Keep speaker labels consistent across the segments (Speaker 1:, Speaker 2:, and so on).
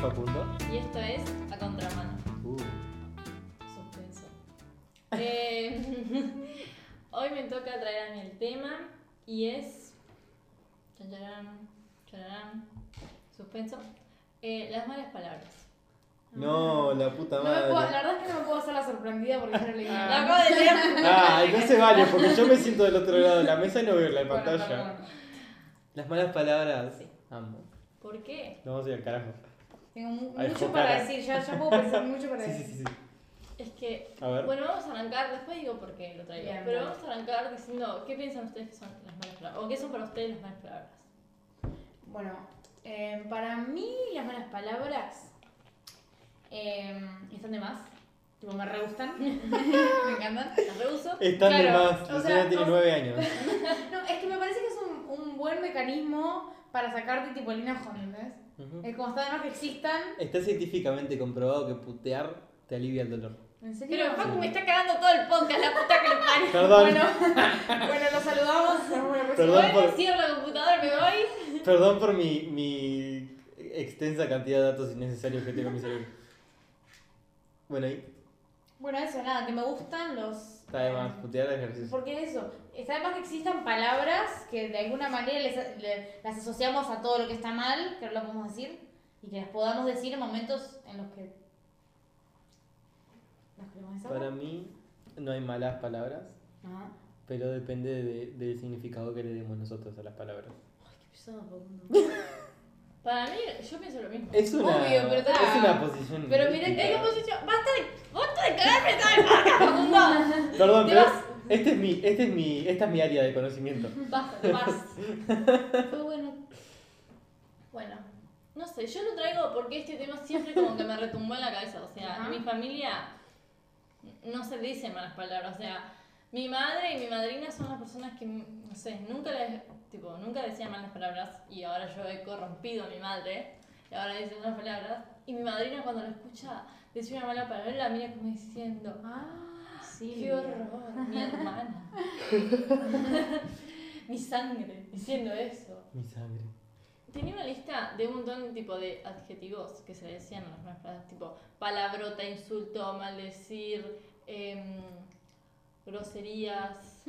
Speaker 1: Facundo.
Speaker 2: Y esto es a contramano.
Speaker 1: Uh,
Speaker 2: Suspenso. Eh, hoy me toca traer a mí el tema y es. chan, charán, chararán, suspenso. Eh, las malas palabras.
Speaker 1: No, la puta
Speaker 3: No me puedo- la
Speaker 1: madre.
Speaker 3: verdad es que no me puedo hacer la sorprendida porque ya lo leí.
Speaker 2: Lo acabo de leer.
Speaker 1: Ah. Ay, Ah, no se vale, porque yo me siento del otro lado de la mesa y no veo la
Speaker 3: Bueno,
Speaker 1: pantalla.
Speaker 3: perdón.
Speaker 1: Las malas palabras.
Speaker 2: Sí.
Speaker 1: Amo.
Speaker 2: ¿Por qué?
Speaker 1: Nos vamos a ir al carajo.
Speaker 3: Tengo mu-
Speaker 1: Ay,
Speaker 3: mucho
Speaker 1: Jocana.
Speaker 3: para decir, ya, ya puedo pensar mucho para
Speaker 1: Sí, sí,
Speaker 3: decir.
Speaker 1: sí, sí.
Speaker 2: Es que.
Speaker 1: A ver.
Speaker 2: Bueno, vamos a arrancar, después digo por qué lo traigo.
Speaker 3: Bien,
Speaker 2: pero
Speaker 3: dale.
Speaker 2: vamos a arrancar diciendo qué piensan ustedes que son las malas palabras. O qué son para ustedes las malas palabras.
Speaker 3: Bueno, eh, para mí las malas palabras eh, están de más. Tipo, me re gustan. me encantan.
Speaker 2: Las reuso.
Speaker 1: Están de
Speaker 3: Claro,
Speaker 1: más.
Speaker 3: o
Speaker 1: Lucía
Speaker 3: sea,
Speaker 1: tiene
Speaker 3: o-
Speaker 1: nueve años.
Speaker 3: No, es que me parece que es un, un buen mecanismo para sacarte tipo el enojo, ¿entendés?
Speaker 1: Ujú.
Speaker 3: Es como está de más que existan.
Speaker 1: Está científicamente comprobado que putear te alivia el dolor.
Speaker 3: ¿En serio?
Speaker 2: Pero Facu me está cagando todo el podcast, la puta que le parió.
Speaker 1: Perdón, pues
Speaker 3: Bueno, bueno, los saludamos. Nos vemos la próxima.
Speaker 1: Perdón
Speaker 2: Bueno,
Speaker 1: por-
Speaker 2: cierro la computadora y me voy.
Speaker 1: perdón por mi, mi extensa cantidad de datos innecesarios que tengo en mi cerebro. Bueno, ahí
Speaker 3: Bueno, eso, nada, que me gustan los. eh,
Speaker 1: está de más. Putear es ejercicio.
Speaker 3: Porque eso, está además que existan palabras que de alguna manera les- le- las asociamos a todo lo que está mal, que no lo podemos decir, y que las podamos decir en momentos en los que las queremos decir.
Speaker 1: Para mí no hay malas palabras,
Speaker 3: Ajá.
Speaker 1: pero depende de- del significado que le demos nosotros a las palabras.
Speaker 3: Ay, qué pesado, Facundo.
Speaker 2: Para mí, yo pienso lo mismo.
Speaker 1: Es una,
Speaker 3: Obvio, pero está-
Speaker 1: es una posición.
Speaker 3: pero mirá,
Speaker 1: idéntica.
Speaker 2: Es como si yo. ¡Basta de. ¡Basta de cagarme todo el podcast, Facundo!
Speaker 1: Perdón,
Speaker 2: te
Speaker 1: pero
Speaker 2: vas.
Speaker 1: este es mi, este es mi, esta es mi área de conocimiento.
Speaker 2: Basta, basta. Fue bueno. Bueno. No sé, yo lo traigo porque este tema siempre como que me retumbó en la cabeza. O sea,
Speaker 3: Ajá.
Speaker 2: en mi familia no se dicen malas palabras. O sea, mi madre y mi madrina son las personas que, no sé, nunca les, tipo, nunca decían malas palabras y ahora yo he corrompido a mi madre y ahora dice malas palabras. Y mi madrina cuando lo escucha decir una mala palabra la mira como diciendo,
Speaker 3: Ah, sí.
Speaker 2: ¡Qué horror! Mi hermana. mi sangre diciendo eso.
Speaker 1: Mi sangre.
Speaker 2: Tenía una lista de un montón de tipo de adjetivos que se le decían a las malas palabras, tipo palabrota, insulto, maldecir, em, groserías,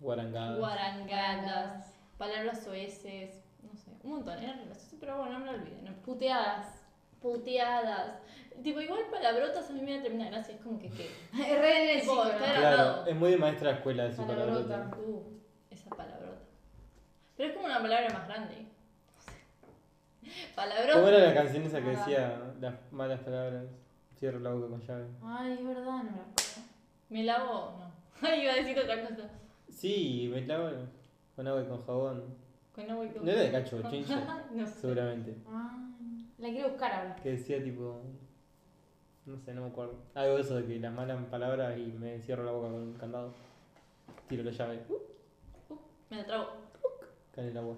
Speaker 1: Guarangada.
Speaker 2: guarangadas, palabras oeces, no sé, un montón, era re gracioso, pero bueno, no me lo olviden. Puteadas, puteadas. Tipo, igual palabrotas a mí me da tremenda gracia, es como que qué.
Speaker 3: Es re en el
Speaker 2: Tipo,
Speaker 3: psico, ¿no?
Speaker 2: claro.
Speaker 1: claro, es muy de maestra escuela decir
Speaker 3: Palabrota.
Speaker 1: palabrota.
Speaker 2: Uh, esa palabrota. Pero es como una palabra más grande. Palabrota.
Speaker 1: ¿Cómo era la canción esa que
Speaker 3: Ah.
Speaker 1: decía las malas palabras? Cierro la boca con llave.
Speaker 3: Ay, es verdad, no me acuerdo.
Speaker 2: ¿Me lavo? No. Ay, iba a decir otra cosa.
Speaker 1: Sí, me clavo con agua y con jabón.
Speaker 2: Con agua y Pues con-
Speaker 1: No era de cacho, chinche,
Speaker 2: no sé.
Speaker 1: seguramente.
Speaker 3: Ay, la quiero buscar ahora.
Speaker 1: Que decía tipo. No sé, no me acuerdo. Algo de eso de que las malas palabras y me cierro la boca con un candado. Tiro la llave. Uh,
Speaker 2: Me la trago.
Speaker 1: cae en el agua.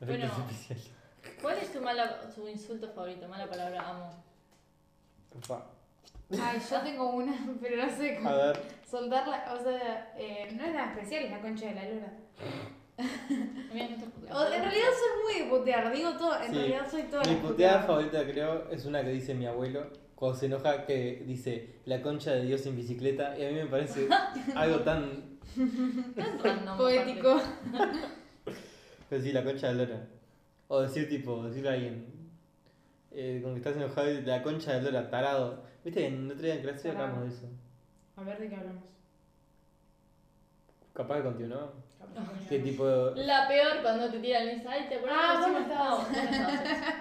Speaker 2: Bueno.
Speaker 1: Efectos especiales.
Speaker 2: ¿Cuál es tu, mala, su insulto favorito? Mala palabra, amo.
Speaker 1: Ufa.
Speaker 3: Ay, yo tengo una, pero no sé
Speaker 1: A
Speaker 3: cómo.
Speaker 1: ver.
Speaker 3: Soltarla, o sea, eh, no es nada especial, es la concha de la luna.
Speaker 2: Mira, no te juzgues.
Speaker 3: O- en realidad soy muy de putear, digo todo, en
Speaker 1: Sí.
Speaker 3: realidad soy toda
Speaker 1: Mi
Speaker 3: la
Speaker 1: puteada favorita creo es una que dice mi abuelo cuando se enoja que dice la concha de Dios en bicicleta y a mí me parece algo tan...
Speaker 2: Tan random,
Speaker 3: Poético.
Speaker 2: aparte.
Speaker 1: Pero sí, la concha de Lora. O decir tipo, decirle a alguien eh, con que estás enojado y la concha de Lora, tarado. Viste, en otro día en clase
Speaker 3: Tarado.
Speaker 1: hablamos de eso.
Speaker 3: A ver de qué hablamos.
Speaker 1: Capaz que continuó.
Speaker 3: Capaz
Speaker 1: Que
Speaker 3: que
Speaker 1: tipo,
Speaker 2: La peor cuando te tiran esa. Ay, te acuerdas
Speaker 3: Ah,
Speaker 2: que
Speaker 3: vos no
Speaker 2: hicimos- Ah, vos no estabas.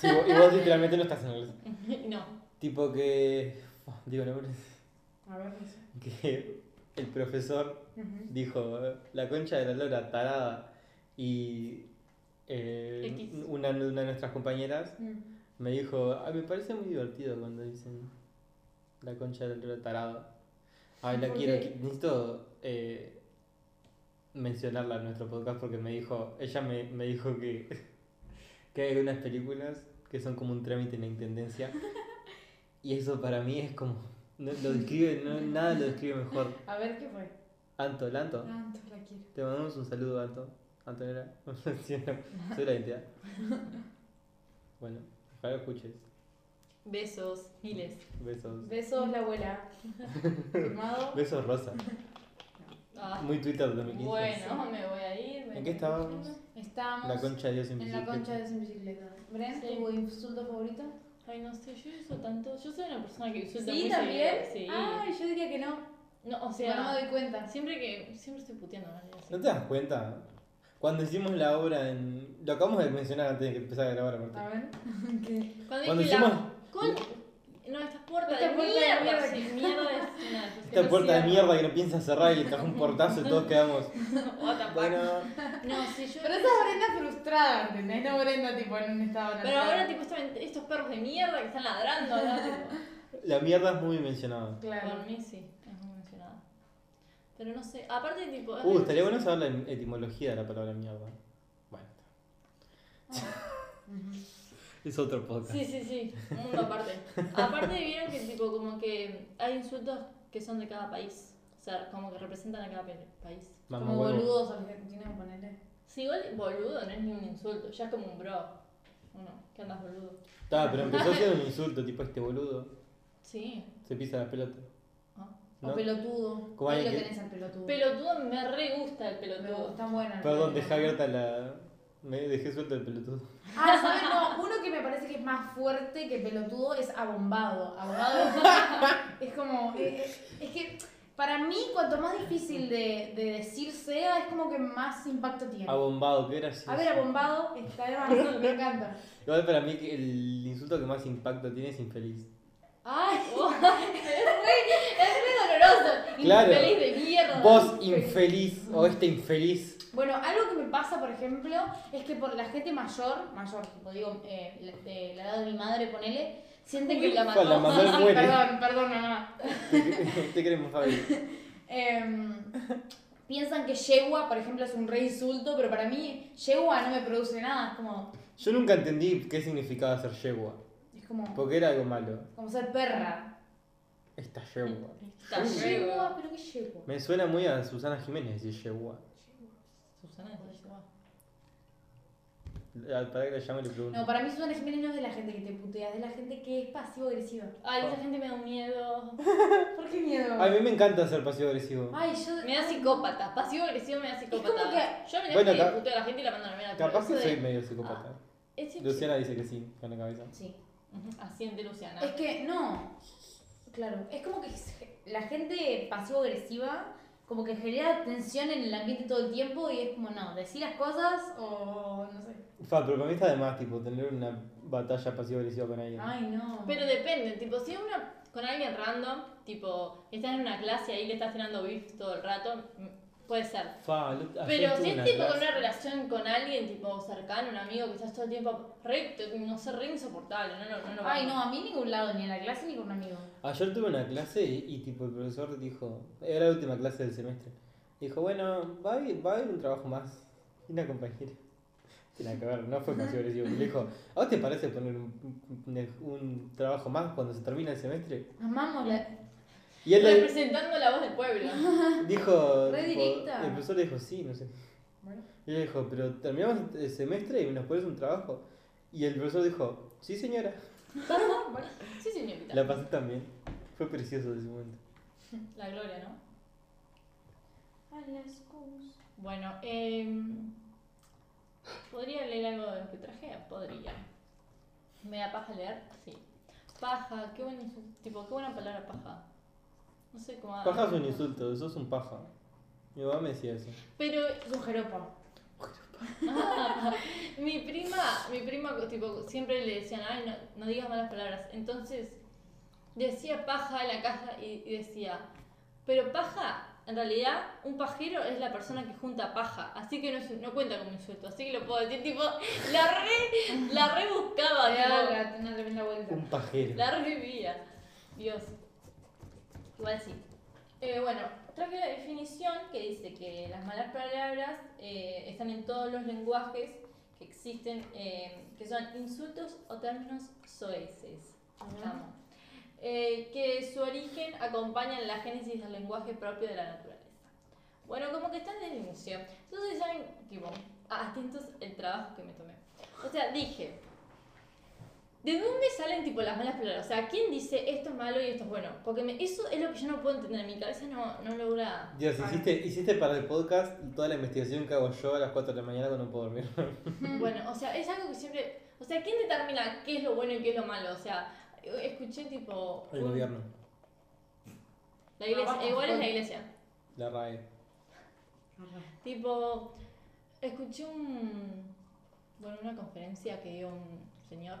Speaker 1: si vos- y vos literalmente no estás en el...
Speaker 2: No.
Speaker 1: Tipo que... Digo, nombres.
Speaker 3: no. A ver qué es.
Speaker 1: Que el profesor
Speaker 3: Ujú.
Speaker 1: Dijo, la concha de la lora tarada. Y eh,
Speaker 2: X.
Speaker 1: una, una de nuestras compañeras
Speaker 3: Mm.
Speaker 1: me dijo, "Ay, me parece muy divertido cuando dicen la concha de la lora tarada. Ay, la
Speaker 3: ¿Por
Speaker 1: quiero,
Speaker 3: qué?
Speaker 1: qui- necesito eh, mencionarla en nuestro podcast porque me dijo, ella me, me dijo que, que hay algunas películas que son como un trámite en la intendencia. Y eso para mí es como, no- lo describe, no- nada lo describe mejor.
Speaker 3: A ver qué fue.
Speaker 1: Anto, Lanto.
Speaker 3: Tanto la quiero.
Speaker 1: Te mandamos un saludo, Anto. Antonella. Soy la identidad. Bueno, Ojalá lo escuches.
Speaker 2: Besos, miles.
Speaker 1: Besos.
Speaker 3: Besos, la abuela. Firmado.
Speaker 1: Besos rosa.
Speaker 2: Ah,
Speaker 1: Muy Twitter 2015.
Speaker 2: bueno, me voy a ir. me
Speaker 1: ¿En qué estábamos?
Speaker 3: Estábamos
Speaker 1: La concha de Dios
Speaker 3: en
Speaker 1: invisible.
Speaker 3: la concha de sin bicicleta. Bren,
Speaker 2: Sí.
Speaker 3: ¿tu insulto favorito?
Speaker 2: Ay, no sé, yo uso tanto. Yo soy una persona que usa
Speaker 3: Sí, también.
Speaker 2: Sí.
Speaker 3: Ay, yo diría que no.
Speaker 2: no, o
Speaker 3: Pero
Speaker 2: sea,
Speaker 3: no me doy cuenta.
Speaker 2: siempre que. Siempre estoy puteando, ¿vale? Así.
Speaker 1: ¿No te das cuenta? Cuando hicimos la obra en. Lo acabamos de mencionar antes de que empezara a grabar,
Speaker 3: A
Speaker 1: Martín.
Speaker 3: ver. ¿Qué?
Speaker 2: Cuando,
Speaker 1: Cuando
Speaker 2: dije
Speaker 1: hicimos.
Speaker 2: la. Con... No, esta puerta
Speaker 3: Esta
Speaker 2: de
Speaker 3: puerta de
Speaker 2: mierda.
Speaker 3: mierda
Speaker 2: sí,
Speaker 3: que-
Speaker 2: mierda pues, es una-
Speaker 1: Esta
Speaker 3: no
Speaker 1: puerta de
Speaker 3: cierra.
Speaker 1: mierda que no piensa cerrar y le trajo un portazo y todos quedamos.
Speaker 2: What the fuck.
Speaker 1: Bueno.
Speaker 2: No, si yo.
Speaker 3: Pero esa es Brenda frustrada, ¿entendés? No Brenda tipo en un estado
Speaker 2: Pero
Speaker 3: natural.
Speaker 2: ahora, tipo, estaban- estos perros de mierda que están ladrando, ¿no? Tipo,
Speaker 1: La mierda es muy mencionada.
Speaker 3: Claro.
Speaker 2: Por mí sí, es muy mencionada. Pero no sé, aparte, tipo. es
Speaker 1: Uh,
Speaker 2: re-
Speaker 1: estaría bueno saber la etimología de la palabra mierda. Bueno,
Speaker 3: Ujú.
Speaker 1: es otro podcast.
Speaker 2: Sí, sí, sí, un mundo aparte. Aparte, vieron que, tipo, como que hay insultos que son de cada país. O sea, como que representan a cada pe- país.
Speaker 1: Mamá
Speaker 3: Como
Speaker 1: huevo.
Speaker 3: boludos argentinos, ponele.
Speaker 2: Si igual boludo no es ni un insulto, ya es como un bro. Uno, ¿qué andas boludo?
Speaker 1: Ta, pero empezó siendo un insulto, tipo este boludo.
Speaker 2: Sí.
Speaker 1: Se pisa la pelota.
Speaker 2: Ah.
Speaker 3: O
Speaker 1: ¿No?
Speaker 3: pelotudo.
Speaker 1: Como
Speaker 3: Ahí lo
Speaker 1: alguien que-
Speaker 3: tenés al pelotudo.
Speaker 2: Pelotudo me re gusta el
Speaker 3: Pero
Speaker 2: pelotudo.
Speaker 3: Está buena.
Speaker 1: Perdón, dejé abierta la. Me dejé suelto el pelotudo.
Speaker 3: Ah, ¿sabes? No, uno que me parece que es más fuerte que pelotudo es abombado. Abombado es como. Es, es que para mí, cuanto más difícil de, de decir sea, es como que más impacto tiene.
Speaker 1: Abombado, qué gracioso.
Speaker 3: A ver, abombado está de más, me encanta.
Speaker 1: Igual para mí que el insulto que más impacto tiene es infeliz.
Speaker 3: Ay,
Speaker 2: Oh, es re doloroso.
Speaker 1: Claro.
Speaker 2: Infeliz de mierda.
Speaker 1: Vos infeliz o este infeliz.
Speaker 3: Bueno, algo que me pasa, por ejemplo, es que por la gente mayor, mayor, tipo digo, eh, la- de la edad de mi madre, ponele, sienten que la mató.
Speaker 1: Cuando la mamá
Speaker 3: Sí,
Speaker 1: muere.
Speaker 3: perdón, perdón, mamá.
Speaker 1: Te te queremos, Fabi.
Speaker 3: Em, piensan que yegua, por ejemplo, es un re insulto, pero para mí yegua no me produce nada, es como,
Speaker 1: Yo nunca entendí qué significaba ser yegua.
Speaker 3: es como,
Speaker 1: Porque era algo malo.
Speaker 3: como ser perra.
Speaker 1: Esta yegua.
Speaker 2: Está re
Speaker 3: Yegua,
Speaker 2: bueno.
Speaker 3: pero qué yegua.
Speaker 1: Me suena muy a Susana Jiménez decir yegua.
Speaker 2: Susana es re guapa.
Speaker 1: La- Para Ah, que la llame y le pregunto.
Speaker 3: No, para mí Susana Jiménez no es de la gente que te putea, es de la gente que es pasivo-agresiva.
Speaker 2: Ay, esa gente me da un miedo.
Speaker 3: ¿Por qué miedo?
Speaker 1: A mí me encanta ser pasivo agresivo.
Speaker 3: Ay, yo...
Speaker 2: Me da psicópata. Pasivo agresivo me da psicópata.
Speaker 3: como que-
Speaker 2: Yo me
Speaker 1: Bueno,
Speaker 2: bueno, que
Speaker 1: ca-
Speaker 2: puteo a la gente y la mando a la mierda. pero
Speaker 1: Capaz que
Speaker 2: eso de- Ah,
Speaker 1: soy medio psicópata.
Speaker 2: es simple.
Speaker 1: Luciana dice que sí, con la cabeza.
Speaker 3: Sí.
Speaker 2: Ujú, Asiente Luciana.
Speaker 3: Es que, no. Claro, es como que se- la gente pasivo-agresiva como que genera tensión en el ambiente todo el tiempo y es como, no, decir las cosas o no sé.
Speaker 1: Fa, pero para mí está de más, tipo, tener una batalla pasivo agresiva con alguien.
Speaker 3: Ay, no.
Speaker 2: Pero depende, tipo, si es una con alguien random, tipo, estás en una clase y ahí le estás tirando beef todo el rato, mm, puede ser.
Speaker 1: Fa, lo- ayer
Speaker 2: Pero
Speaker 1: tuve
Speaker 2: si
Speaker 1: una
Speaker 2: es tipo
Speaker 1: clase.
Speaker 2: con una relación con alguien, tipo cercano, un amigo que estás todo el tiempo recto, no sé, re insoportable, no, no, no, no.
Speaker 3: Ay, no, a mí ningún lado, ni en la clase ni con un amigo.
Speaker 1: Ayer tuve una clase y, y, tipo el profesor dijo, era la última clase del semestre, dijo, bueno, va a haber, va a haber un trabajo más. Y una compañera, tiene que ver, no fue pasivo agresivo, le dijo, ¿a vos te parece poner un, un- un trabajo más cuando se termina el semestre?
Speaker 3: Amamos la...
Speaker 1: Y él le
Speaker 2: Representando la voz del pueblo.
Speaker 1: dijo,
Speaker 3: Re
Speaker 1: tipo,
Speaker 3: directa.
Speaker 1: el profesor le dijo, sí, no sé.
Speaker 3: Bueno.
Speaker 1: Y ella dijo, pero terminamos el semestre y nos pones un trabajo. Y el profesor dijo, sí señora,
Speaker 2: Sí, señorita.
Speaker 1: la pasé también. Fue precioso ese momento.
Speaker 2: La gloria, ¿no?
Speaker 3: A las cosas.
Speaker 2: Bueno, em, ¿podría leer algo de lo que traje? Podría. ¿Me da paja leer? Sí. Paja, qué buen insu- tipo, qué buena palabra paja. No sé
Speaker 3: Ah.
Speaker 2: cómo.
Speaker 1: Paja es un insulto, sos un paja. Mi mamá me decía eso.
Speaker 2: Pero
Speaker 3: Es un jeropa.
Speaker 2: mi prima, mi prima tipo, siempre le decían, ay, no, no digas malas palabras. Entonces, decía paja en la caja y, y decía, pero paja, en realidad, un pajero es la persona que junta paja, así que no, es- no cuenta como insulto, así que lo puedo decir, tipo, la re, la re buscaba,
Speaker 3: Te da
Speaker 2: tipo,
Speaker 3: la- una tremenda vuelta.
Speaker 1: Un pajero.
Speaker 2: la revivía. Dios. Igual sí. Eh, bueno, traje la definición que dice que las malas palabras eh, están en todos los lenguajes que existen, eh, que son insultos o términos soeces. Amo. Eh, que su origen acompaña la génesis del lenguaje propio de la naturaleza. Bueno, como que está desde el inicio. Entonces, saben, tipo, atentos el trabajo que me tomé. O sea, dije, ¿De dónde salen tipo las malas palabras? O sea, ¿quién dice esto es malo y esto es bueno? Porque me- eso es lo que yo no puedo entender. Mi cabeza no, no logra.
Speaker 1: Dios,
Speaker 3: Ay.
Speaker 1: hiciste, hiciste para el podcast toda la investigación que hago yo a las 4 de la mañana cuando no puedo dormir.
Speaker 2: Bueno, o sea, es algo que siempre. O sea, ¿quién determina qué es lo bueno y qué es lo malo? O sea, escuché tipo.
Speaker 1: El
Speaker 2: un-
Speaker 1: gobierno,
Speaker 2: La iglesia.
Speaker 3: Ah, vamos,
Speaker 2: igual es la
Speaker 3: vamos.
Speaker 2: iglesia.
Speaker 1: la RAE.
Speaker 2: Tipo, escuché un. Bueno, una conferencia que dio un señor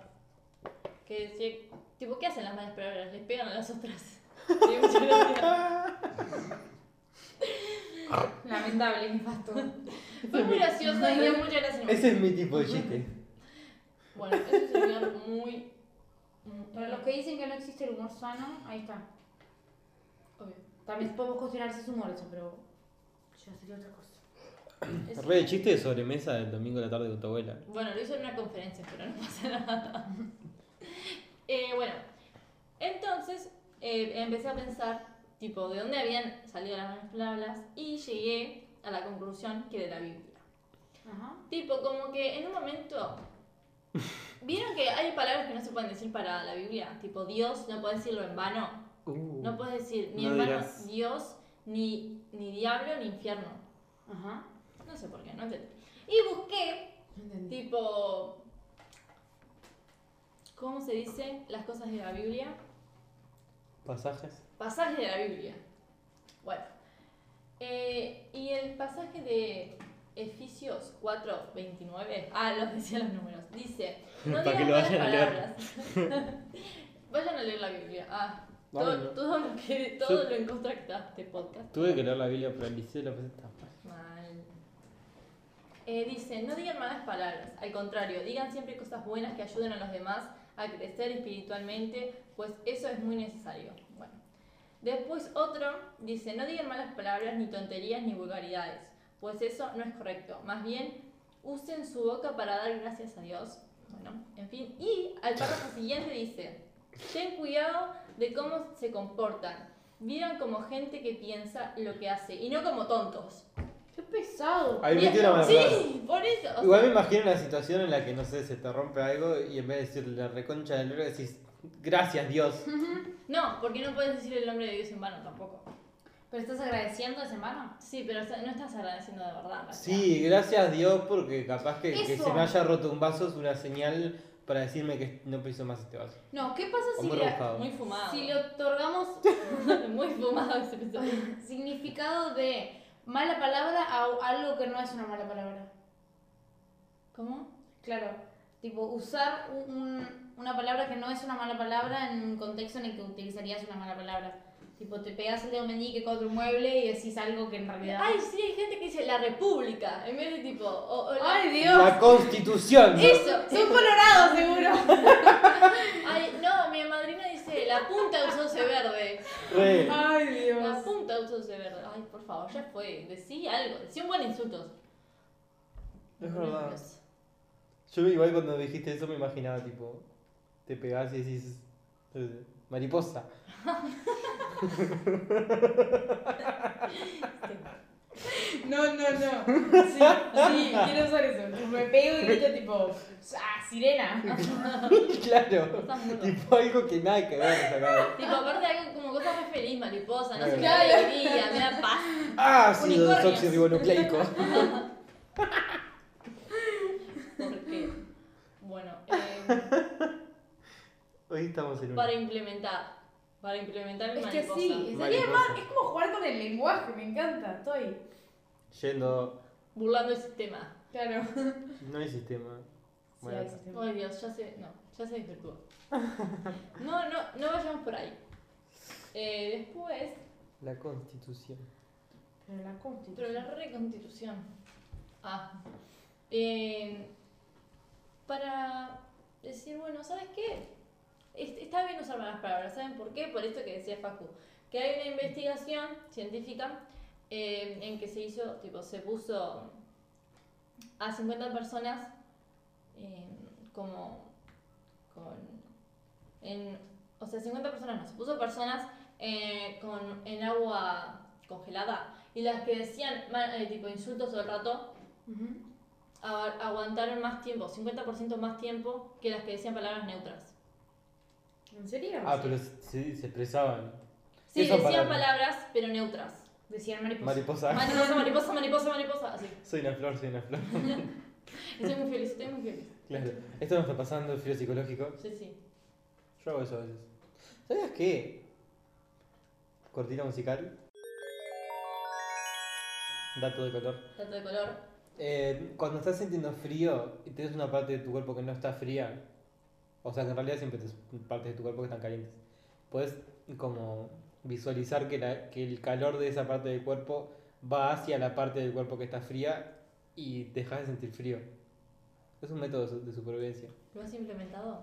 Speaker 2: que decía, tipo, ¿qué hacen las malas palabras? Les pegan a las otras. Me dio mucha gracia.
Speaker 1: Ah.
Speaker 3: Lamentable, nefasto.
Speaker 2: Fue muy gracioso y dio mucha gracia.
Speaker 1: Ese es mi tipo de chiste.
Speaker 2: Bueno, es un señor muy.
Speaker 3: Para los que dicen que no existe el humor sano, ahí está.
Speaker 2: Obvio.
Speaker 3: También podemos cuestionar si es humor eso, pero yo sería otra cosa.
Speaker 2: Es-
Speaker 1: Re de chiste de sobremesa del domingo de la tarde con tu abuela.
Speaker 2: Bueno, lo hizo en una conferencia, pero no pasa nada. Eh, bueno, entonces eh, empecé a pensar, tipo, de dónde habían salido las malas palabras y llegué a la conclusión que de la Biblia.
Speaker 3: Ajá.
Speaker 2: Tipo, como que en un momento. ¿Vieron que hay palabras que no se pueden decir para la Biblia? Tipo, Dios, no puedes decirlo en vano.
Speaker 1: Uh.
Speaker 2: No puedes decir ni
Speaker 1: No
Speaker 2: en vano
Speaker 1: dirás.
Speaker 2: Dios, ni, ni diablo, ni infierno.
Speaker 3: Ajá.
Speaker 2: No sé por qué, no entendí. Y busqué
Speaker 3: No entendí.
Speaker 2: Tipo. ¿Cómo se dice las cosas de la Biblia?
Speaker 1: Pasajes.
Speaker 2: Pasajes de la Biblia. Bueno. eh, y el pasaje de Efesios 4, 29. Ah, los decía los números. Dice. No
Speaker 1: Para que
Speaker 2: digas
Speaker 1: lo
Speaker 2: malas
Speaker 1: vayan a leer.
Speaker 2: palabras. vayan a leer la Biblia. Ah.
Speaker 1: Ay,
Speaker 2: Todo,
Speaker 1: no.
Speaker 2: todo lo que todo lo en contra que está este podcast.
Speaker 1: Tuve que leer la Biblia, pero el liceo la pasé tan mal.
Speaker 2: Mal. Eh, dice, no digan malas palabras, al contrario, digan siempre cosas buenas que ayuden a los demás a crecer espiritualmente, pues eso es muy necesario. Bueno. Después otro dice, no digan malas palabras, ni tonterías, ni vulgaridades, pues eso no es correcto. Más bien, usen su boca para dar gracias a Dios. Bueno, en fin. Y al párrafo siguiente dice, ten cuidado de cómo se comportan. Vieron como gente que piensa lo que hace y no como tontos.
Speaker 3: Qué pesado.
Speaker 1: Ahí
Speaker 2: Y es
Speaker 1: metí una
Speaker 2: como-
Speaker 1: mala palabra.
Speaker 2: Sí, por eso. o
Speaker 1: Igual me
Speaker 2: sea,
Speaker 1: imagino una situación en la que, no sé, se te rompe algo y en vez de decir la reconcha del oro decís, gracias Dios.
Speaker 2: no, porque no puedes decir el nombre de Dios en vano tampoco.
Speaker 3: ¿Pero estás agradeciendo ese mano?
Speaker 2: Sí, pero o sea, no estás agradeciendo de verdad. ¿no?
Speaker 1: Sí, gracias Dios porque capaz que, que
Speaker 3: Eso.
Speaker 1: se me haya roto un vaso es una señal para decirme que no preciso más este vaso.
Speaker 3: No, ¿qué pasa
Speaker 1: O
Speaker 3: si
Speaker 1: muy
Speaker 3: le,
Speaker 1: rebuscado.
Speaker 2: Muy fumado.
Speaker 3: si le otorgamos
Speaker 2: Muy fumado ese episodio.
Speaker 3: significado de mala palabra a algo que no es una mala palabra?
Speaker 2: ¿Cómo?
Speaker 3: Claro, tipo usar un- un- una palabra que no es una mala palabra en un contexto en el que utilizarías una mala palabra. Tipo, te pegas el dedo meñique contra un mueble y decís algo que en realidad...
Speaker 2: Ay, sí, hay gente que dice la república en vez de tipo. o- o la-
Speaker 3: ¡Ay,
Speaker 1: La
Speaker 3: Dios!
Speaker 1: constitución.
Speaker 2: Eso.
Speaker 3: Son colorados, seguro.
Speaker 2: Ay, no, mi madrina dice la punta del sauce verde.
Speaker 1: Re.
Speaker 3: ¡Ay,
Speaker 2: La punta del sauce verde. Ay, por favor, ya fue. Decí algo. Decí un buen insulto.
Speaker 1: Es verdad. Yo igual cuando dijiste eso me imaginaba tipo, te pegás y decís, eh, mariposa.
Speaker 3: No, no, no. Sí, sí, quiero usar eso. Me pego y grito tipo... ¡Ah, sirena!
Speaker 1: claro.
Speaker 2: Estás muy loco.
Speaker 1: Tipo algo que nada que ver sacado.
Speaker 2: Tipo, aparte algo como cosas re feliz, mariposa, no sé qué
Speaker 3: Claro.
Speaker 2: alegría, me da paz.
Speaker 1: Ácido
Speaker 2: Unicornios.
Speaker 1: desoxirribonucleico.
Speaker 2: Porque, bueno, eh,
Speaker 1: Hoy estamos en un...
Speaker 2: para implementar, para implementar mi
Speaker 3: Es que
Speaker 2: mariposa.
Speaker 3: sí, sería
Speaker 1: Mariposa.
Speaker 3: más... Es como jugar con el lenguaje, me encanta, estoy...
Speaker 1: Yendo...
Speaker 2: Burlando el sistema.
Speaker 3: Claro.
Speaker 1: No hay sistema.
Speaker 3: Sí,
Speaker 1: Bueno,
Speaker 3: hay sistema.
Speaker 2: Ay Dios, ya se, no, ya se desvirtuó. No, no, no vayamos por ahí. Eh, después,
Speaker 1: la constitución.
Speaker 3: Pero la
Speaker 2: pero la reconstitución. Ah. Eh, para decir, bueno, ¿sabes qué? Es- Está bien usar malas palabras, ¿saben por qué? Por esto que decía Facu, que hay una investigación científica eh, en que se hizo, tipo, se puso a 50 personas eh, como con... En, o sea, 50 personas no, se puso personas eh, con, en agua congelada y las que decían ma- eh, tipo insultos todo el rato
Speaker 3: Ujú.
Speaker 2: a- aguantaron más tiempo, 50% más tiempo que las que decían palabras neutras.
Speaker 3: ¿En serio?
Speaker 1: Ah, pero sí, se expresaban.
Speaker 2: Sí,
Speaker 1: Eso
Speaker 2: decían
Speaker 1: para-
Speaker 2: palabras, pero neutras.
Speaker 3: Decían
Speaker 1: Mariposa.
Speaker 3: mariposa.
Speaker 2: Mariposa, mariposa, mariposa, mariposa. Así.
Speaker 1: Soy una flor, soy una flor.
Speaker 2: Estoy muy feliz, estoy muy feliz.
Speaker 1: Claro. Esto nos está pasando el frío psicológico.
Speaker 2: Sí, sí.
Speaker 1: Yo hago eso a veces. ¿Sabías qué? Cortina musical. Dato de color.
Speaker 2: Dato de color.
Speaker 1: Eh, cuando estás sintiendo frío y tienes una parte de tu cuerpo que no está fría, o sea que en realidad siempre tienes partes de tu cuerpo que están calientes, puedes como visualizar que, la- que el calor de esa parte del cuerpo va hacia la parte del cuerpo que está fría y dejas de sentir frío. Es un método de su- de supervivencia.
Speaker 2: ¿Lo has implementado?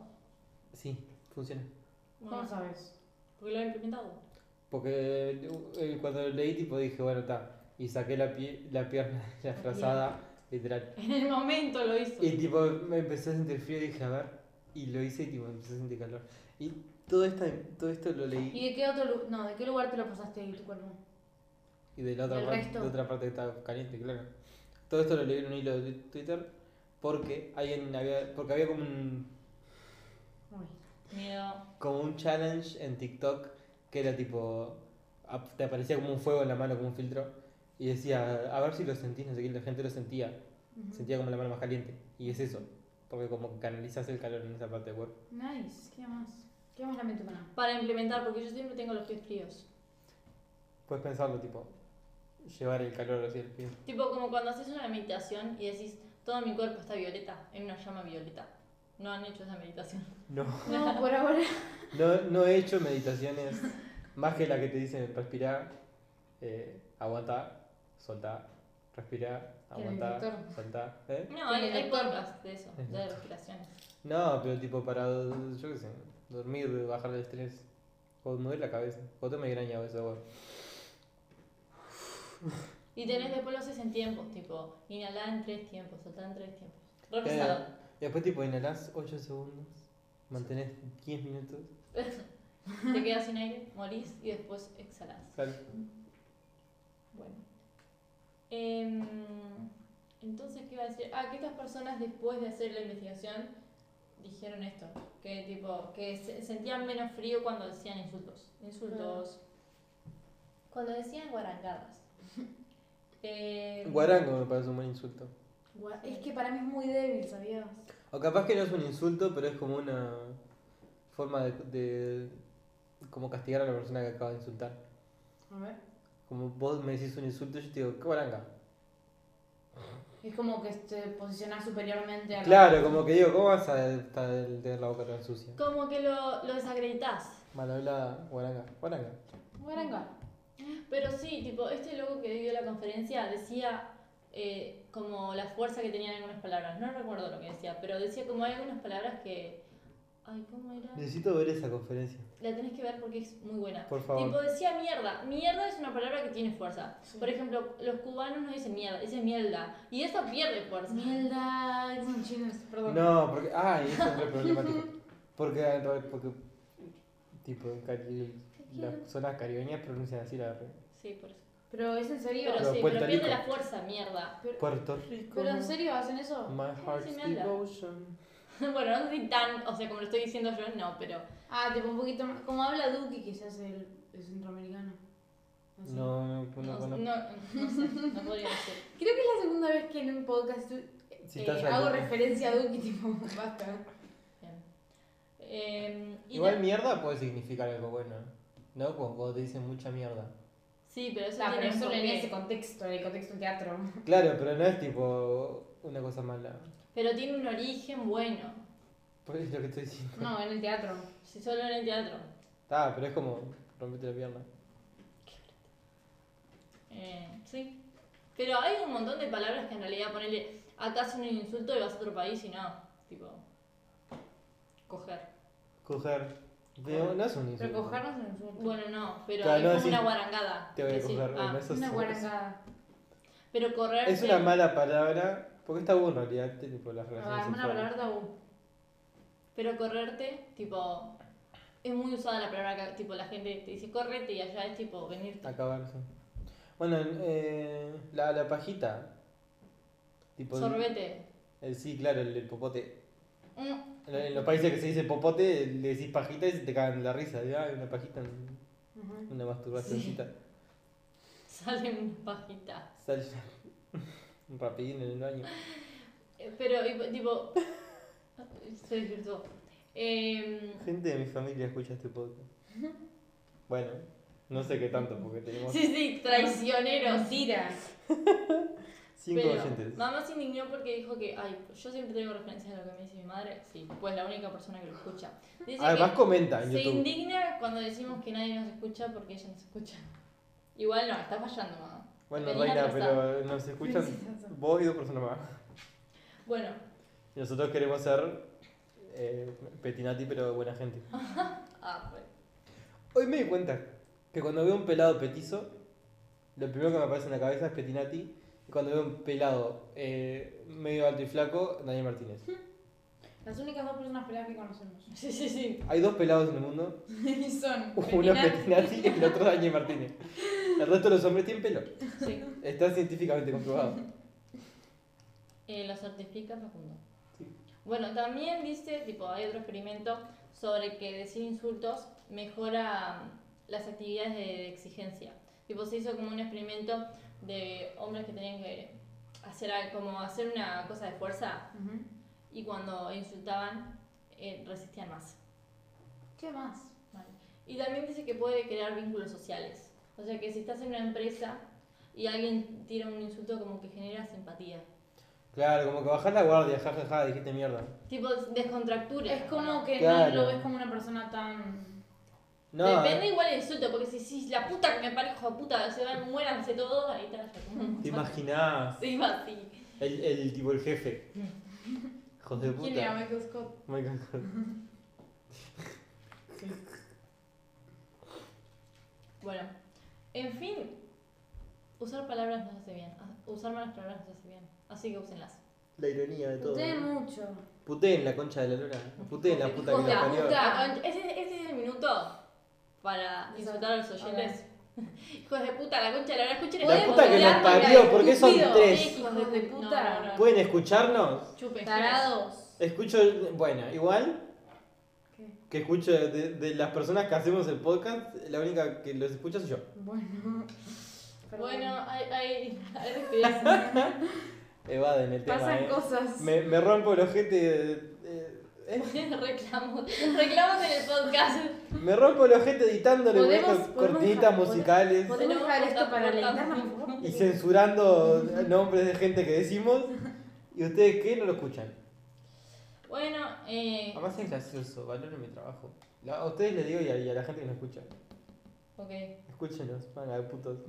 Speaker 1: Sí, funciona.
Speaker 3: ¿Cómo
Speaker 2: Bueno,
Speaker 3: sabes?
Speaker 2: ¿Por qué lo has implementado?
Speaker 1: Porque eh, eh, cuando lo leí tipo dije, bueno, está. Y saqué la, pie- la pierna de la frazada, literal.
Speaker 2: En el momento lo hizo.
Speaker 1: Y tipo, me empecé a sentir frío y dije, a ver, y lo hice y tipo, empecé a sentir calor. Y todo esto, todo esto lo leí
Speaker 3: ¿Y de qué otro lu- no, de qué lugar te lo pasaste en tu cuerpo?
Speaker 1: y de la otra,
Speaker 3: del
Speaker 1: parte,
Speaker 3: resto?
Speaker 1: de otra parte que estaba caliente, claro. Todo esto lo leí en un hilo de Twitter porque alguien había, porque había como un,
Speaker 3: Uy.
Speaker 2: Miedo.
Speaker 1: como un challenge en TikTok que era tipo, ap- te aparecía como un fuego en la mano, como un filtro. Y decía, a ver si lo sentís, no sé qué, y la gente lo sentía,
Speaker 3: Ujú.
Speaker 1: sentía como la mano más caliente. Y es eso, porque como que canalizas el calor en esa parte del cuerpo.
Speaker 3: Nice, ¿qué más? ¿Qué más la mente humana?
Speaker 2: Para implementar, porque yo siempre tengo los pies fríos.
Speaker 1: Puedes pensarlo, tipo, llevar el calor hacia el pie.
Speaker 2: Tipo como cuando haces una meditación y decís, todo mi cuerpo está violeta, en una llama violeta. No han hecho esa meditación.
Speaker 1: No.
Speaker 3: No, por ahora.
Speaker 1: no. No he hecho meditaciones más que la que te dicen respirar, eh, aguantar, soltar, respirar,
Speaker 3: Que el
Speaker 1: aguantar,
Speaker 3: doctor.
Speaker 1: soltar. ¿eh?
Speaker 2: No, hay,
Speaker 3: el
Speaker 2: hay
Speaker 3: doctor.
Speaker 2: podcasts de eso, de respiraciones.
Speaker 1: No, pero tipo para, yo qué sé, dormir, bajar el estrés, o mover la cabeza, o te migraña o eso, bueno.
Speaker 2: Y tenés después lo haces en tiempos, tipo, inhalar en tres tiempos, soltar en tres tiempos. Re
Speaker 1: Eh,
Speaker 2: pesado.
Speaker 1: Y después tipo inhalás 8 segundos, mantenés 10 minutos,
Speaker 2: Te quedas sin aire, morís y después exhalás.
Speaker 1: claro.
Speaker 2: Bueno. Em, entonces, ¿qué iba a decir? Ah, que estas personas después de hacer la investigación dijeron esto, que tipo, que se- sentían menos frío cuando decían insultos. Insultos. Ah. Cuando decían guarangadas. Em,
Speaker 1: Guarango me parece un buen insulto.
Speaker 3: Gua- Es que para mí es muy débil, ¿sabías?
Speaker 1: O capaz que no es un insulto, pero es como una forma de, de- como castigar a la persona que acaba de insultar.
Speaker 3: A ver.
Speaker 1: Como vos me decís un insulto, yo te digo, qué baranga.
Speaker 3: Es como que te posicionas superiormente a la-
Speaker 1: Claro, como que digo, ¿cómo vas a estar- tener la boca tan sucia?
Speaker 2: Como que lo, lo desacreditás.
Speaker 1: Mal hablada, guaranga, guaranga.
Speaker 3: Guaranga.
Speaker 2: Pero sí, tipo, este loco que dio la conferencia decía eh, como la fuerza que tenían algunas palabras. No recuerdo lo que decía, pero decía como hay algunas palabras que. Ay, ¿cómo era?
Speaker 1: Necesito ver esa conferencia,
Speaker 2: La tenés que ver porque es muy buena.
Speaker 1: por favor.
Speaker 2: Tipo, decía mierda. Mierda es una palabra que tiene fuerza.
Speaker 3: Sí.
Speaker 2: Por ejemplo, los cubanos no dicen mierda, dicen mierda. Y esa pierde fuerza.
Speaker 3: Mierda, es un chino, perdón.
Speaker 1: No, porque, ay, eso es re problemático. Porque, en realidad- porque tipo, en Cari- las personas caribeñas pronuncian así la R.
Speaker 2: Sí, por eso.
Speaker 3: Pero es en serio.
Speaker 2: Pero,
Speaker 1: Pero
Speaker 2: sí,
Speaker 1: Puerto
Speaker 2: pero pierde
Speaker 1: Rico.
Speaker 2: la fuerza, mierda.
Speaker 1: Puerto Rico.
Speaker 3: Pero en serio, ¿hacen eso?
Speaker 1: My
Speaker 2: Sí,
Speaker 1: heart's
Speaker 2: me habla.
Speaker 1: devotion.
Speaker 2: bueno, no soy tan. O sea, como lo estoy diciendo yo, no, pero.
Speaker 3: Ah, tipo un poquito más. Como habla Duki, que se hace el, el centroamericano. Así.
Speaker 1: No, no, no,
Speaker 2: No,
Speaker 1: conozco.
Speaker 2: no, no sé, no podría decir.
Speaker 3: Creo que es la segunda vez que en un podcast eh,
Speaker 1: Si estás al
Speaker 3: hago
Speaker 1: tope.
Speaker 3: referencia a Duki, tipo, basta.
Speaker 2: Bien. Eh, y
Speaker 1: Igual
Speaker 2: ta-
Speaker 1: mierda puede significar algo bueno, ¿no? Como cuando te dicen mucha mierda.
Speaker 2: Sí, pero eso
Speaker 3: Ah,
Speaker 2: tiene
Speaker 3: pero
Speaker 2: un
Speaker 3: solo en
Speaker 2: porqué.
Speaker 3: ese contexto, en el contexto teatro.
Speaker 1: Claro, pero no es tipo una cosa mala.
Speaker 2: Pero tiene un origen bueno.
Speaker 1: Por eso es lo que estoy diciendo.
Speaker 3: No, en el teatro.
Speaker 2: Si solo en el teatro.
Speaker 1: Ah, pero es como rompete la pierna.
Speaker 2: Eh, sí. Pero hay un montón de palabras que en realidad ponerle acá son un insulto y vas a otro país y no. Tipo. Coger.
Speaker 1: Coger. Pero no es un insulto.
Speaker 3: Pero cogernos en el sur.
Speaker 2: Bueno, no, pero
Speaker 1: Claro,
Speaker 2: es
Speaker 1: no
Speaker 2: como
Speaker 1: decís,
Speaker 2: una guarangada.
Speaker 1: Te voy a
Speaker 2: Decir,
Speaker 1: coger.
Speaker 2: ah,
Speaker 1: bueno, eso es-
Speaker 3: una
Speaker 1: eso-
Speaker 3: guarangada.
Speaker 2: pero correr.
Speaker 1: Es una mala palabra, porque está bueno en realidad, tipo las relaciones
Speaker 3: Ah, una
Speaker 1: sexuales.
Speaker 3: palabra tabú.
Speaker 2: Pero correrte, tipo. Es muy usada la palabra acá. Tipo, la gente te dice correte y allá es tipo venirte.
Speaker 1: Acabarse. Bueno, eh, la, la pajita. Tipo,
Speaker 2: Sorbete.
Speaker 1: el- sí, claro, el, el popote.
Speaker 2: Mm,
Speaker 1: En los países que se dice popote, le decís pajita y se te cagan la risa. digo, "Ah, una pajita,
Speaker 3: Ujú.
Speaker 1: una masturbacióncita.
Speaker 2: sale una pajita.
Speaker 1: Sale un rapidín en el baño.
Speaker 2: Eh, Pero, y- tipo, se desvirtuó. Eh,
Speaker 1: Gente de mi familia escucha este podcast. Bueno, no sé qué tanto, porque tenemos
Speaker 2: sí, sí, traicioneros.
Speaker 3: Mentira.
Speaker 1: cinco
Speaker 2: Pero
Speaker 1: oyentes.
Speaker 2: Mamá se indignó porque dijo que, ay, yo siempre tengo referencias de lo que me dice mi madre. Sí, pues la única persona que lo escucha. Dice que
Speaker 1: Además, Ah, comenta en
Speaker 2: se
Speaker 1: YouTube.
Speaker 2: indigna cuando decimos que nadie nos escucha porque ella nos escucha. Igual no, está fallando, mamá.
Speaker 1: Bueno,
Speaker 2: Venía
Speaker 1: Reina,
Speaker 2: atrasada.
Speaker 1: pero nos escuchan
Speaker 3: Princesa.
Speaker 1: vos y dos personas más.
Speaker 2: Bueno,
Speaker 1: Y Nosotros queremos ser eh, Petinati, pero buena gente.
Speaker 2: ah, bueno.
Speaker 1: Hoy me di cuenta que cuando veo un pelado petizo, lo primero que me aparece en la cabeza es Petinati. Y cuando veo un pelado eh, medio alto y flaco, Daniel Martínez.
Speaker 3: Las únicas dos personas peladas que conocemos.
Speaker 2: Sí, sí, sí.
Speaker 1: Hay dos pelados en el mundo,
Speaker 3: Y son.
Speaker 1: uno es
Speaker 3: Petinati.
Speaker 1: Petinati y el otro es Daniel Martínez. El resto de los hombres tienen pelo.
Speaker 2: sí.
Speaker 1: Está científicamente comprobado.
Speaker 2: Eh, lo certifica Facundo.
Speaker 1: Sí.
Speaker 2: Bueno, también dice, tipo, hay otro experimento sobre que decir insultos mejora mm, las actividades de, de exigencia. Tipo, se hizo como un experimento de hombres que tenían que hacer al- como hacer una cosa de fuerza
Speaker 3: Ujú.
Speaker 2: y cuando insultaban eh, resistían más.
Speaker 3: ¿Qué más?
Speaker 2: Vale. Y también dice que puede crear vínculos sociales. O sea que si estás en una empresa y alguien tira un insulto como que genera simpatía.
Speaker 1: Claro, como que bajás la guardia, jajaja, dijiste mierda.
Speaker 2: Tipo, descontractura.
Speaker 3: Es como que
Speaker 1: Claro.
Speaker 3: no lo ves como una persona tan.
Speaker 1: No,
Speaker 2: Depende igual del insulto, porque si decís la puta que me pare, hijo de puta, se van, muéranse todos, ahí te la
Speaker 1: eh, te imaginás.
Speaker 2: Sí, va así.
Speaker 1: El, el tipo, el jefe. Hijos de puta.
Speaker 3: ¿Quién era Michael Scott?
Speaker 1: Michael Jordan.
Speaker 2: Bueno, en fin, usar palabras nos hace bien. ah, Usar malas palabras nos hace bien. Así que úsenlas.
Speaker 1: La ironía de todo.
Speaker 3: Usted mucho.
Speaker 1: Puteen la concha de la lora. Puteen la puta que
Speaker 2: Hijos de
Speaker 1: la
Speaker 2: la
Speaker 1: parió.
Speaker 2: puta. Ah, Ese, ese es el minuto para insultar a los oyentes. Hijos de puta, la concha de la hora, escuchen el
Speaker 1: La
Speaker 2: podcast,
Speaker 1: puta que
Speaker 2: ¿verdad?
Speaker 1: nos parió, porque son
Speaker 3: Estúpido.
Speaker 1: tres.
Speaker 2: Hijos de puta. No, no, no.
Speaker 1: ¿Pueden escucharnos?
Speaker 2: Chupen,
Speaker 3: Tarados.
Speaker 1: Escucho, bueno, igual
Speaker 3: ¿Qué?
Speaker 1: que escucho de, de las personas que hacemos el podcast, la única que los escucha soy yo.
Speaker 3: Bueno.
Speaker 2: giles.
Speaker 3: Perdón.
Speaker 2: Bueno, hay, hay, hay despedidas.
Speaker 1: Evaden el tema,
Speaker 3: pasan
Speaker 1: eh.
Speaker 3: cosas.
Speaker 1: Me, me rompo el ojete. eh, eh,
Speaker 2: reclamos, reclamos en el podcast.
Speaker 1: me rompo el ojete editándole con
Speaker 3: Podemos-
Speaker 1: estas
Speaker 3: podemos
Speaker 1: cortinitas
Speaker 3: dejar-
Speaker 1: musicales
Speaker 3: ¿Podemos
Speaker 2: Podemos
Speaker 3: dejar esto
Speaker 2: cortar-
Speaker 3: para la
Speaker 2: cortar.
Speaker 3: interna, por favor?
Speaker 1: y censurando nombres de gente que decimos. ¿Y ustedes qué? No lo escuchan.
Speaker 2: Bueno, eh.
Speaker 1: Además es gracioso, valoren mi trabajo. La- a ustedes les digo y a, y a la gente que nos escucha.
Speaker 2: Ok.
Speaker 1: Escúchenos, manga de putos,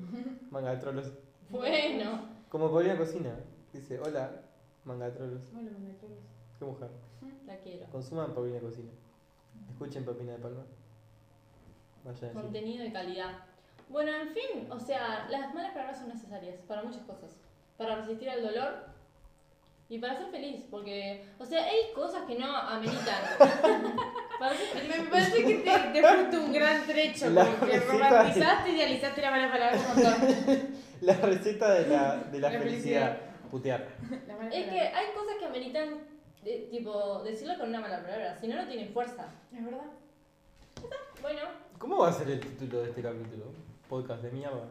Speaker 1: manga de trolos.
Speaker 2: Bueno.
Speaker 1: Como Paulina Cocina, dice, hola, manga de trolos.
Speaker 3: Bueno, me la creo.
Speaker 1: Qué mujer.
Speaker 2: La quiero.
Speaker 1: Consuman Paulina Cocina. Escuchen Papina de Palma. Vayan allí.
Speaker 2: Contenido de calidad. Bueno, en fin, o sea, las malas palabras son necesarias para muchas cosas. Para resistir al dolor y para ser feliz, porque, o sea, hay cosas que no ameritan. para ser feliz.
Speaker 3: Me parece que te, te fuiste un gran trecho,
Speaker 1: La
Speaker 3: como que
Speaker 1: receta
Speaker 3: romantizaste, idealizaste la mala palabra un montón.
Speaker 1: La receta de la, de la
Speaker 3: La
Speaker 1: felicidad.
Speaker 3: felicidad.
Speaker 1: Putear.
Speaker 3: La mala
Speaker 2: Es que
Speaker 3: palabra.
Speaker 2: hay cosas que ameritan, de- tipo, decirlo con una mala palabra, si no, no tienen fuerza.
Speaker 3: Es verdad.
Speaker 2: Bueno,
Speaker 1: ¿Cómo va a ser el título de este capítulo? Podcast de mierda.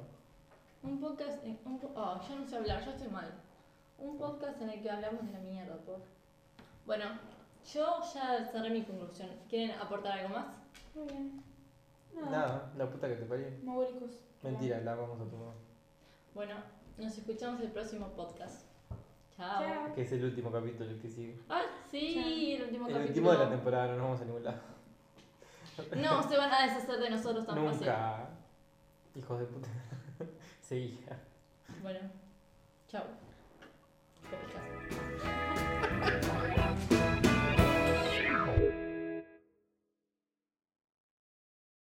Speaker 2: Un podcast. En, un, po- oh, yo no sé hablar, yo estoy mal. Un podcast en el que hablamos de la mierda, por. Bueno, yo ya cerré mi conclusión. ¿Quieren aportar algo más?
Speaker 3: Muy bien. Nada.
Speaker 1: Nada, la puta que te parió.
Speaker 3: Mogólicos.
Speaker 1: Mentira, la vamos a tomar.
Speaker 2: Bueno, nos escuchamos el próximo podcast. Chao.
Speaker 3: Chao.
Speaker 1: Que es el último capítulo, el que sigue.
Speaker 2: Ah, sí,
Speaker 3: Chao.
Speaker 2: el último
Speaker 1: El
Speaker 2: capítulo.
Speaker 1: último de la temporada, no nos vamos a ningún lado.
Speaker 2: No se van a deshacer de nosotros tan fácil.
Speaker 1: Nunca. Hijos de puta. Seguía.
Speaker 2: Bueno, chao.